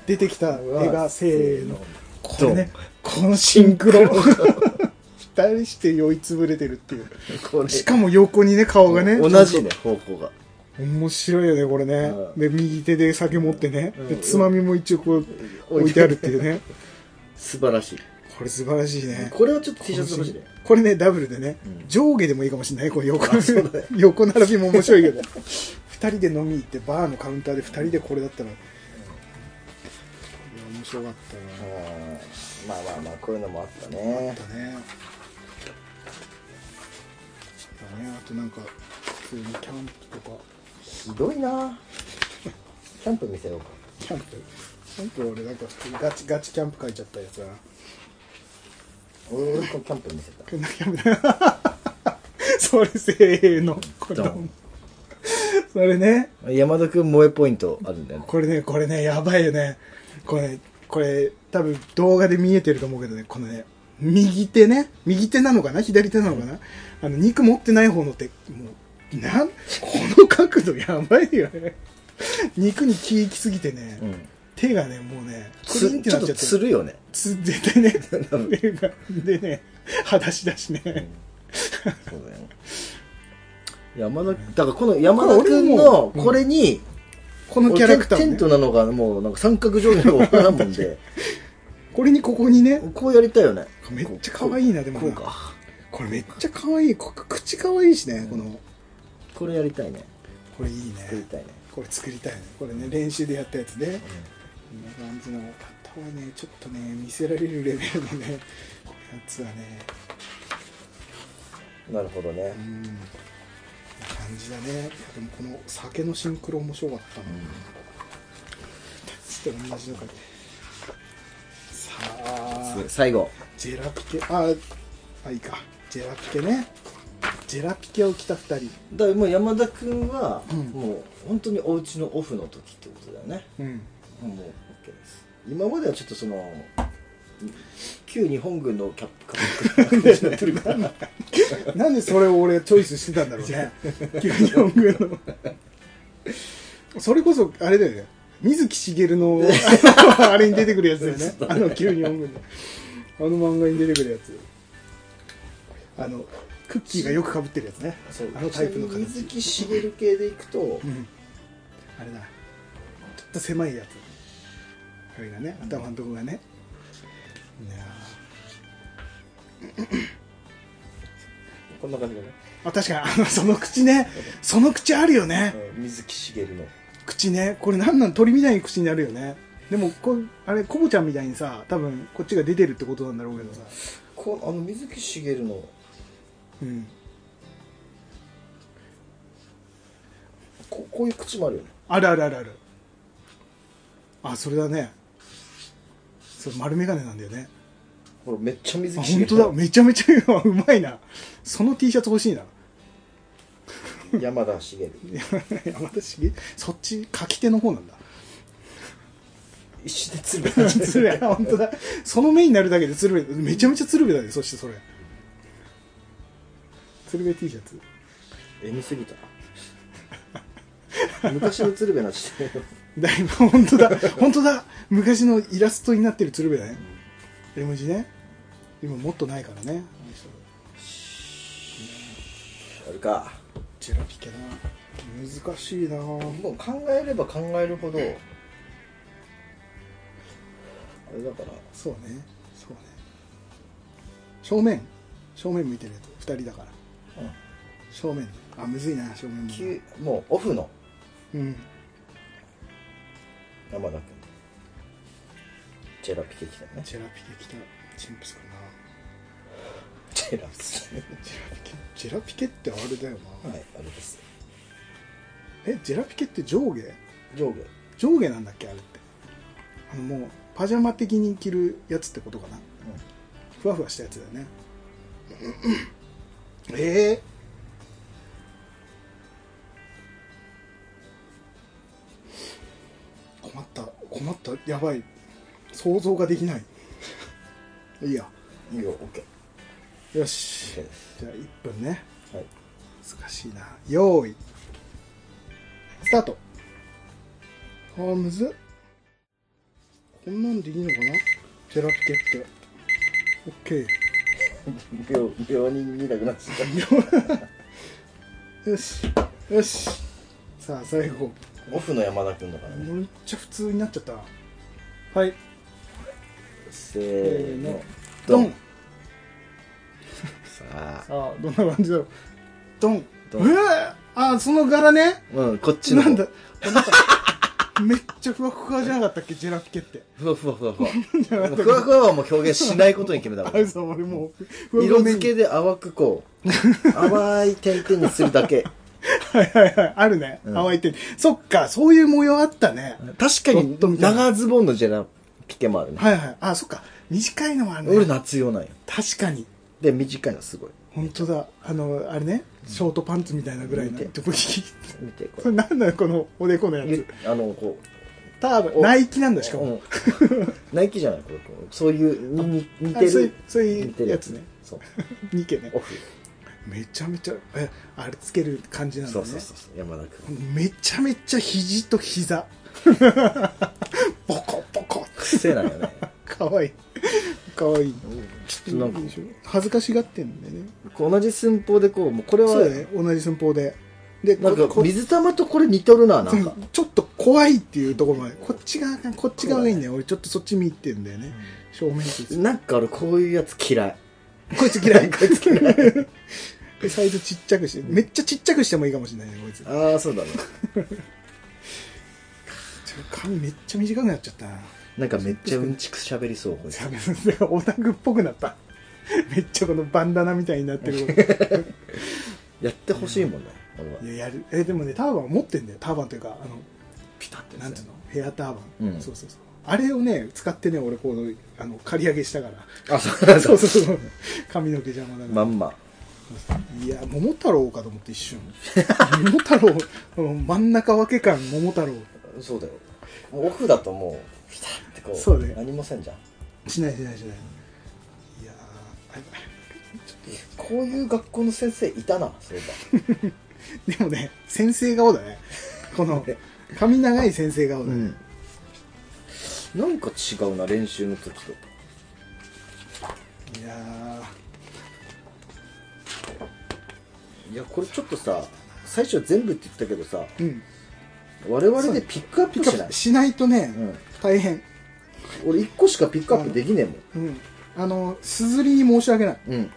S2: 出てきた
S1: うわ
S2: 絵がせーのこれね
S1: ド
S2: このシンクロ 2人して酔いつぶれてるっていう
S1: これ
S2: しかも横にね顔がね
S1: 同じ
S2: ち
S1: ね方向が
S2: ゃんと面白いよねこれね、
S1: うん
S2: で右手で酒持ってね、
S1: うん
S2: でつまみも一応こう置いてあるっていうね
S1: 素晴らしい
S2: これ素晴らしいね
S1: これはちょっと T シャツ欲しいね
S2: これねダブルでね、
S1: うん
S2: 上下でもいいかもしれないこう横
S1: あそうだね
S2: 横並びも面白いけど2人で飲み行ってバーのカウンターで2人でこれだったら、いや面白かったな
S1: う、んまあまあまあこういうのもあったね
S2: だねだねあとなんか普通にキャンプとか
S1: ひどいなキャンプ見せようか
S2: キャンプキャンプ俺なんか普通にガチガチキャンプ書いちゃったやつだな
S1: 俺俺これキャンプ見せた
S2: こんなキャンプ それせーのこれ
S1: ドン
S2: それね
S1: 山田君萌えポイントあるんだよね
S2: これね、これね、やばいよね。これ、これ、多分動画で見えてると思うけどね、このね、右手ね、右手なのかな左手なのかな、あの、肉持ってない方の手、もう、なん、この角度やばいよね。肉に気行きすぎてね、
S1: うん
S2: 手がね、もうね、クリン
S1: つ
S2: って
S1: ち
S2: な
S1: ょ
S2: っ
S1: っ
S2: ち
S1: と
S2: ゃって
S1: つるよね
S2: つ絶対ね、 手がでね、裸足だしね。
S1: そうだよね山田だからこの山田君の
S2: これ俺も
S1: これに
S2: このキャラクタ
S1: テ
S2: ー、
S1: ン
S2: ね
S1: ト、なのがもうなんか三角状になの が分からんもんで
S2: これにここにね、
S1: こうやりたいよね
S2: めっちゃ可愛いな、でも
S1: こう
S2: な。
S1: か
S2: これめっちゃ可愛いこ口可愛いしね、この
S1: これやりたいね
S2: これいい
S1: 作り
S2: ね
S1: たいね、
S2: これ作りたいねこれね練習でやったやつね
S1: う
S2: こんな感じの買った方がねちょっとね見せられるレベルのねやつはね
S1: んなるほどね、
S2: うん感じだねいやでもこの酒のシンクロ面白かったな、ちょっと同じのかさあ
S1: つ最後
S2: ジェラピケああいいかジェラピケねジェラピケを着た2人
S1: だからもう山田君は、
S2: うん
S1: もう本当にお家のオフの時ってことだよね
S2: うん
S1: もう OK です今まではちょっとその旧日本軍のキャップかぶってなってるから
S2: なんでそれを俺チョイスしてたんだろう ね94軍のそれこそあれだよね水木しげるの あれに出てくるやつだよねあの94軍のあの漫画に出てくるやつあのクッキーがよくかぶってるやつね
S1: そう
S2: あのタイプの形
S1: 水木しげる系でいくと
S2: うんあれだちょっと狭いやつあれがね頭のとこがねいや
S1: こんな感じだね、
S2: ーあ確かにあのその口ねその口あるよね
S1: うん水木しげるの
S2: 口ねこれなんなん鳥みたいに口になるよねでもこあれコボちゃんみたいにさ多分こっちが出てるってことなんだろうけどさ
S1: こあの水木しげるの
S2: うん
S1: ここういう口もあるよね
S2: あるあるあるあるあそれだねそれ丸眼鏡なんだよね
S1: ほらめっちゃ水
S2: あ
S1: 木しげ
S2: 本
S1: る
S2: 当だめちゃめちゃうまいなその T シャツ欲しいな
S1: 山田しげる
S2: 山田茂そっち書き手の方なんだ
S1: 石で鶴 瓶
S2: 鶴瓶本当だその目になるだけで鶴瓶めちゃめちゃ鶴瓶だねそしてそれ鶴瓶 T シャツ
S1: えみすぎたな 昔の鶴瓶な時代の
S2: だいぶ本当だ本当だ昔のイラストになってる鶴瓶だね絵文字ね今もっとないからね
S1: あるか
S2: ジェラピケな難しいな
S1: もう考えれば考えるほどあれだから
S2: そうねそうね正面正面向いてるやつ2人だから正面あむずいな正面も
S1: 急もうオフの
S2: うん
S1: 山田君ジェラピケ来たね
S2: ジェラピケ来たチンプスかな
S1: ジェラピケ
S2: ジェラピケジェラピケってあれだよな、
S1: はいあれです
S2: えジェラピケって上下
S1: 上下
S2: 上下なんだっけあれってあのもうパジャマ的に着るやつってことかなふわふわしたやつだよねええ困った困ったやばい想像ができないいいや
S1: うんいいよ OK
S2: よし
S1: OK で
S2: じゃあ1分ね
S1: すはい
S2: 難しいな用意スタートあーむずっこんなんでいいのかなジェラピケってオッケー
S1: 病病人見なくなっちゃった
S2: よしよしさあ最後
S1: オフの山田君だからね
S2: めっちゃ普通になっちゃったはい
S1: せーの
S2: ドン
S1: さあ
S2: あどんな感じだろうドン
S1: ドン
S2: えー、あその柄ね
S1: うんこっちの
S2: な
S1: 方
S2: んだめっちゃふわふわじゃなかったっけジェラピケって
S1: ふわふわふわふわふわふわふわはもう表現しないことに決めた
S2: あ
S1: もん
S2: れさ俺もうふわふ
S1: 色
S2: わメ
S1: 付
S2: ニュ
S1: けで淡くこう淡い点々にするだけ
S2: ーはいはいはいあるね、
S1: うん
S2: 淡いってそっかそういう模様あったね、
S1: 確か
S2: ちょっと見
S1: に
S2: たい
S1: 長ズボンのジェラピケもあるね
S2: はいはいあそっか短いのもあるね
S1: 俺夏用なんよ
S2: 確かに
S1: で短いのすごい
S2: 本当だあのあれねショートパンツみたいなぐらいの
S1: 見て
S2: とこに
S1: 見てこ
S2: これ何なのこのおでこのや
S1: れ
S2: つ
S1: あのこ
S2: 多分
S1: お
S2: ナイキなんだ
S1: う
S2: しかも、
S1: うん ナイキじゃないこれこうそういうにに似
S2: あ
S1: て
S2: そうい
S1: る
S2: うそう
S1: 似て
S2: いう
S1: る
S2: やつね
S1: そう
S2: 2件ね
S1: オフ
S2: めちゃめちゃえあれつける感じなんだ
S1: そ
S2: ね
S1: うそうそうそう山田君
S2: めちゃめちゃ肘と 膝ボコボコ
S1: 癖なんよね
S2: かわいいかわいい
S1: ちょっとなんか
S2: いいでしょ恥ずかしがってんだよね
S1: こう同じ寸法でこうもうこれは
S2: そうだね同じ寸法でで
S1: なんか
S2: ここ
S1: 水玉とこれ似とるななんか
S2: ちょっと怖いっていうところまでこっち側がこっち側がいいんだよ俺ちょっとそっち見入ってんだよね正面って言って
S1: なんか俺こういうやつ嫌い
S2: こいつ嫌いこいつ嫌いでサイズちっちゃくしてめっちゃちっちゃくしてもいいかもしれないねこいつちょ
S1: ああそうだね
S2: 髪めっちゃ短くなっちゃったな
S1: なんかめっちゃうんちくしゃべりそうこいつ
S2: やべなんかオタクっぽくなっためっちゃこのバンダナみたいになってる
S1: やってほしいもんね俺 はい
S2: ややるえでもねターバン持ってんだよターバンというかあの
S1: ピタって
S2: なんていうのヘアターバン、
S1: うん
S2: そうそうそうあれをね使ってね俺こうあの刈り上げしたから
S1: あそうなんだ
S2: そうそうそう髪の毛邪魔だか
S1: ま
S2: ら、
S1: んま
S2: いや桃太郎かと思って一瞬桃太郎うん真ん中分け感桃太郎
S1: そうだよもうオフだともうピタってこう
S2: そうね
S1: 何もせんじゃん
S2: しないしないしないいやーあれ
S1: こういう学校の先生いたなそういえ
S2: でもね先生顔だねこの髪長い先生顔
S1: ば
S2: だね、
S1: なんか違うな練習の時と
S2: いやー
S1: いやこれちょっとさ最初全部って言ったけどさ
S2: うん
S1: 我々でピックアッ
S2: ピ
S1: プ
S2: ック
S1: し
S2: アッ
S1: ない
S2: プしないとね、
S1: うん
S2: 大変
S1: 俺1個しかピックアップできね
S2: うんあのすずりに申し訳ない
S1: え もんうん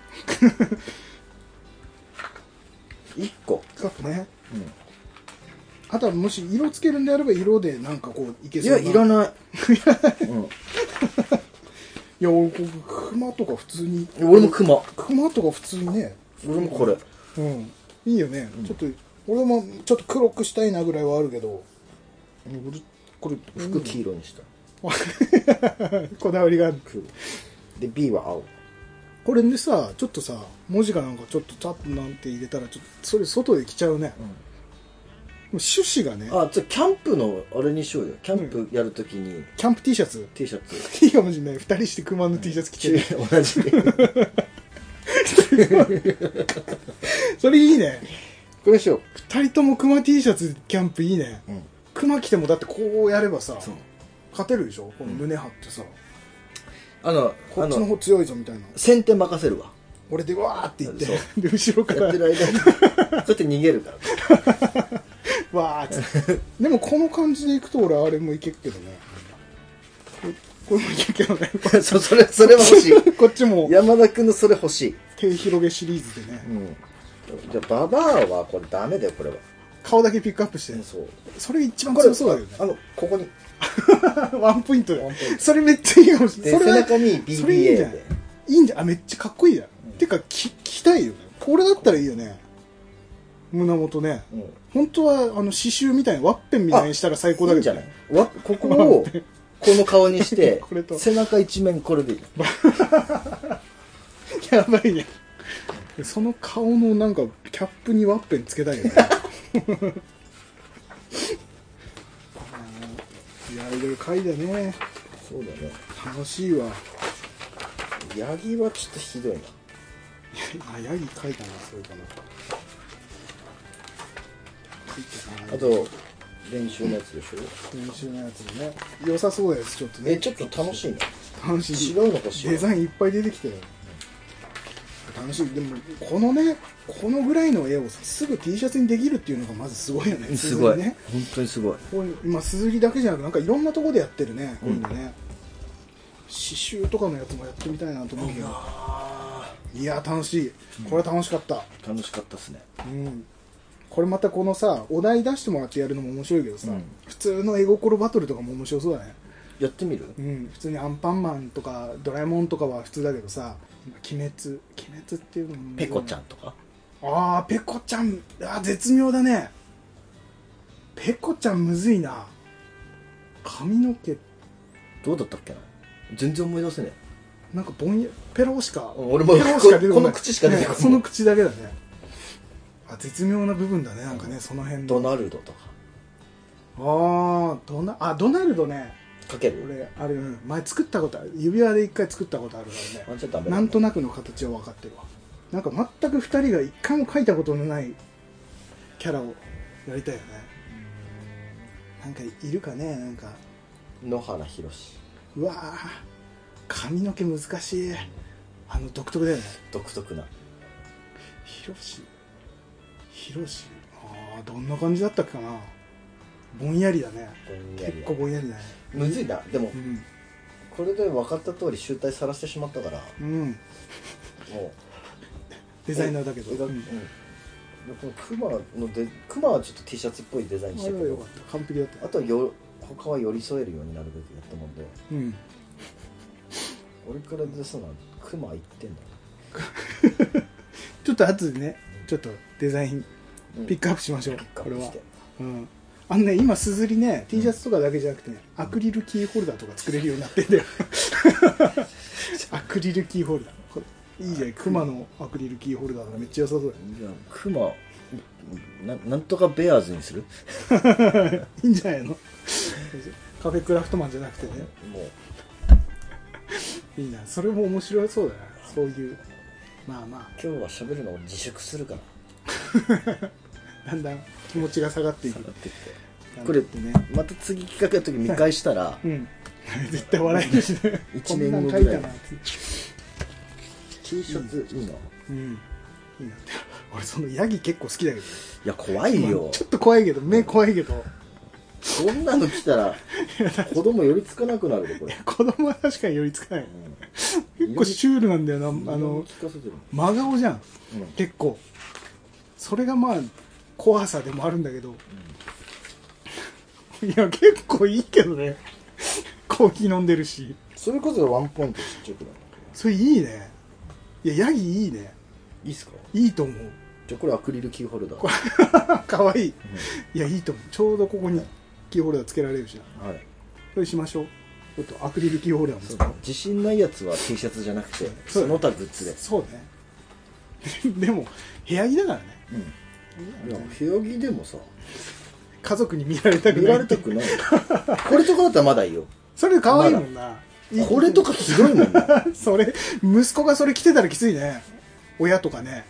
S1: 1個
S2: ピックアップね
S1: うん
S2: あとはもし色つけるんであれば色でなんかこういけ
S1: い
S2: そうな
S1: やいら
S2: い
S1: ない、
S2: いや俺こう熊とか普通に
S1: うん、俺もクマ
S2: 熊とか普通にね
S1: 俺もこれ
S2: うんいいよね、ちょっと俺もちょっと黒くしたいなぐらいはある けど俺これ
S1: 服黄色にした、
S2: こだわりがある
S1: 黒で B は青
S2: これでさちょっとさ文字がなんかちょっとタップなんて入れたらちょっとそれ外で来ちゃうね、
S1: ん
S2: もう趣旨がね
S1: あじゃあキャンプのあれにしようよキャンプやるときに
S2: キャンプ T シャツ
S1: T シャツ
S2: いいかもしれない2人して熊の T シャツ着てる、
S1: 同じ
S2: それいいね
S1: これしよ
S2: 2人とも熊 T シャツキャンプいいね、
S1: う、うん、
S2: 熊着てもだってこうやればさ
S1: そう
S2: 勝てるでしょこの胸張ってさ、
S1: あの
S2: こ
S1: あ
S2: っちの
S1: の
S2: 方強いぞみたいな
S1: 先手任せるわ
S2: 俺でわーって言って
S1: そ
S2: で後ろか
S1: や
S2: ら
S1: ってる 間にそうやって逃げるから
S2: わーっつってでもこの感じでいくと俺あれもいけるけどねここれもいけるけどね
S1: そうそれ それは欲しい
S2: こっちも
S1: 山田君のそれ欲しい、
S2: 手広げシリーズでね
S1: うん、じゃあババアはこれダメだよこれは
S2: 顔だけピックアップして
S1: そう
S2: それ一番
S1: これ
S2: 強そうだよね
S1: あのここに
S2: ワンポイントだよ
S1: ワンポイント
S2: それめっちゃいいかもしれ
S1: で
S2: な
S1: 背
S2: いそれは
S1: 中に
S2: それいいん
S1: BBA
S2: じゃない
S1: で
S2: いいんじゃんあめっちゃかっこいいじゃん、てかき着たいよねこれだったらいいよね胸元ね
S1: うん
S2: 本当はあの刺繍みたいなワッペンみたいにしたら最高だ
S1: いい
S2: け
S1: んじ
S2: ど
S1: ゃな
S2: ね
S1: いわここを この顔にして
S2: これと
S1: 背中一面これでいい
S2: やばいねその顔のなんかキャップにワッペンつけたい よねいやいろいろ書いてね
S1: そうだね
S2: 楽しいわ
S1: ヤギはちょっとひどいな
S2: あヤギ書いたなそういうかな書いてな
S1: あと練習のやつでしょ
S2: 練習のやつもね良さそうですちょっとね
S1: えちょっと楽しいね
S2: 楽しい
S1: 違うの欲しいわ
S2: デザインいっぱい出てきてる楽しいでもこのねこのぐらいの絵をさすぐ T シャツにできるっていうのがまずすごいよね
S1: すごい、
S2: 鈴木ね
S1: 本当にすごい
S2: こういう今鈴木だけじゃなくなんかいろんなとこでやってるね、こういうのね刺繍とかのやつもやってみたいなと思うけどいや楽しいこれ楽しかった、
S1: 楽しかったっすね
S2: うん、これまたこのさお題出してもらってやるのも面白いけどさ、
S1: うん
S2: 普通の絵心バトルとかも面白そうだね
S1: やってみる
S2: うん、普通にアンパンマンとかドラえもんとかは普通だけどさ「鬼滅」「鬼滅」っていうのも
S1: ペコちゃんとか
S2: ああペコちゃんあー絶妙だねペコちゃんむずいな髪の毛
S1: どうだったっけな全然思い出せね
S2: なんかぼんやペロしか
S1: うん俺も
S2: ペロしか出てこない
S1: この口しか出てこない
S2: ねその口だけだねあ絶妙な部分だねなんかねその
S1: え
S2: 辺
S1: ド
S2: の
S1: ナルドとか
S2: ああドナあドナルドね
S1: かける
S2: 俺あれ、うん、前作ったことある指輪で一回作ったことあるからね
S1: あじゃあダメだ
S2: なんとなくの形は分かってるわなんか全く2人が一回も描いたことのないキャラをやりたいよねなんかいるかねなんか
S1: 野原ひろし
S2: うわー髪の毛難しいあの独特だよね
S1: 独特な
S2: ヒロシヒロシああどんな感じだったっけかなぼんやりだね
S1: ぼんや
S2: 結
S1: り
S2: 構ぼんやりだね
S1: むずいなでも
S2: うん
S1: これで分かった通り集大さらしてしまったから
S2: うん
S1: も
S2: デザイナーだけど、
S1: えだ
S2: うん
S1: うんこのクマのでクマはちょっと T シャツっぽいデザインし
S2: あ
S1: た
S2: れ
S1: け
S2: は良か
S1: ど
S2: った完璧だった
S1: あとはよ他は寄り添えるようになるべきだったもんで
S2: うん
S1: 俺から出すのはクマ言ってんだな
S2: ちょっと後でねちょっとデザイン
S1: うん
S2: ピックアップしましょう、
S1: ピックア
S2: これ
S1: ップ
S2: は
S1: して
S2: うんあのね今すずりね T シャツとかだけじゃなくてねアクリルキーホルダーとか作れるようになってんだよ アクリルキーホルダーこれいいじゃんクマのアクリルキーホルダーがめっちゃ良さそうだよ
S1: じゃあクマななんとかベアーズにする
S2: いいんじゃないのカフェクラフトマンじゃなくてね
S1: もう
S2: いいなそれも面白そうだなそういうまあま
S1: 今日は喋るのを自粛するから
S2: あだんだん気持ちが下がっていく
S1: なってきてこれ
S2: ってね
S1: また次企画の時見返したら
S2: うん 絶対笑えるしね
S1: 一年後
S2: こん
S1: ぐら
S2: なん
S1: い
S2: 書いたなって
S1: T シャツいいのい
S2: うんいいな俺そのヤギ結構好きだけど
S1: や怖いよ
S2: ちょっと怖いけど目怖いけど
S1: こんなの来たら子供寄りつかなくなるでこれ
S2: 子供は確かに寄りつかない
S1: うん
S2: 結構シュールなんだよなあ
S1: あの
S2: の
S1: 聞かせてる
S2: 真顔じゃん
S1: うん
S2: 結構それがまあ怖さでもあるんだけど、いや結構いいけどねコーヒー飲んでるし
S1: それこそワンポイントちっちゃくなる
S2: それいいねいやヤギいいね
S1: いいっすか
S2: いいと思う
S1: じゃあこれアクリルキーホルダーは
S2: かわいいいやいいと思うちょうどここにキーホルダーつけられるしないそれしましょうちょっとアクリルキーホルダーも
S1: そう
S2: 使おう
S1: 自信ないやつは T シャツじゃなくて
S2: そう
S1: その他グッズで
S2: そうね でも部屋着だからね
S1: うんいや部屋着でもさ
S2: 家族に見られたくない
S1: 見られたくないよこれとかだったらまだいいよ
S2: それ可愛いもんな、いい
S1: これとかひどいもんな
S2: それ息子がそれ着てたらきついね親とかね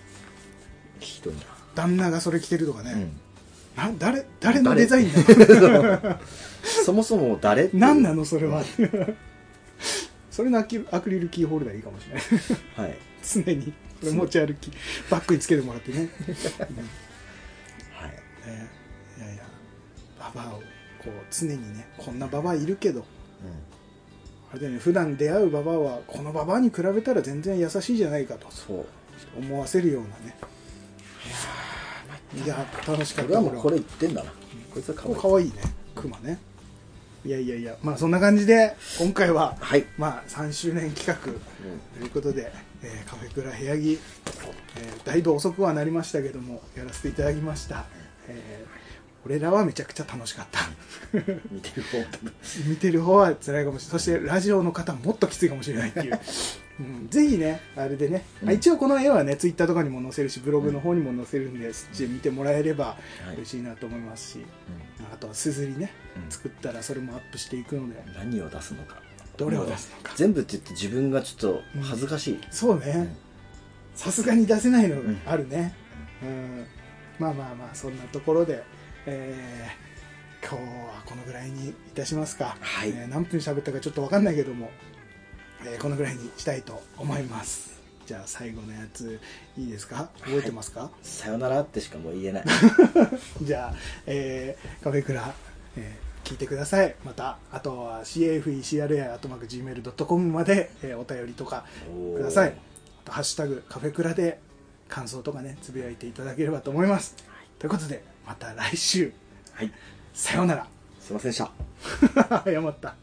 S1: ひどいな
S2: 旦那がそれ着てるとかね、
S1: うん
S2: な誰誰の
S1: 誰
S2: デザイ ンだろう
S1: そもそも誰っていう
S2: 何なのそれは それのアキアクリルキーホルダーいいかもしれない
S1: はい
S2: 常にこれ持ち歩きバッグにつけてもらってねうん
S1: はい
S2: ねいやいやババアをこう常にねこんなババアいるけど
S1: うん
S2: あれだよね普段出会うババアはこのババアに比べたら全然優しいじゃないかと
S1: そう
S2: 思わせるようなねいやー楽しかっ
S1: 俺
S2: た
S1: はもうこれ
S2: れ
S1: 言ってんだなこいつは可愛い
S2: かわいいねクマねいやいやいやまあそんな感じで今回は
S1: はい
S2: まあ3周年企画ということで、えーカフェクラ部屋着、えーだいぶ遅くはなりましたけどもやらせていただきました、えー俺らはめちゃくちゃ楽しかった
S1: 見てる方
S2: 見てる方は辛いかもしれないそしてラジオの方はもっときついかもしれないっていう、うん、ぜひねあれでね、
S1: うん
S2: あ一応この絵はねツイッターとかにも載せるしブログの方にも載せるんで、そっちで見てもらえれば
S1: はい
S2: 嬉しいなと思いますし、あとはすずりね、
S1: うん
S2: 作ったらそれもアップしていくので
S1: 何を出すのか
S2: どれを出すのか
S1: 全部って言って自分がちょっと恥ずかしい、
S2: そ
S1: う
S2: う
S1: ん
S2: ねさすがに出せないの
S1: ん
S2: あるね、うんまあまあまあそんなところで、えー今日はこのぐらいにいたしますか、
S1: はい
S2: えー何分喋ったかちょっと分かんないけども、えーこのぐらいにしたいと思いますじゃあ最後のやついいですか覚えてますか、
S1: さよならってしかもう言え ない
S2: じゃあ、えーカフェクラ、えー聞いてください。また、あとは cfecra.gmail.com まで、えーお便りとかください。あと、ハッシュタグカフェクラで感想とかね、つぶやいていただければと思います。ということで、また来週、
S1: はい
S2: さようなら。
S1: すいませんでした
S2: 謝った。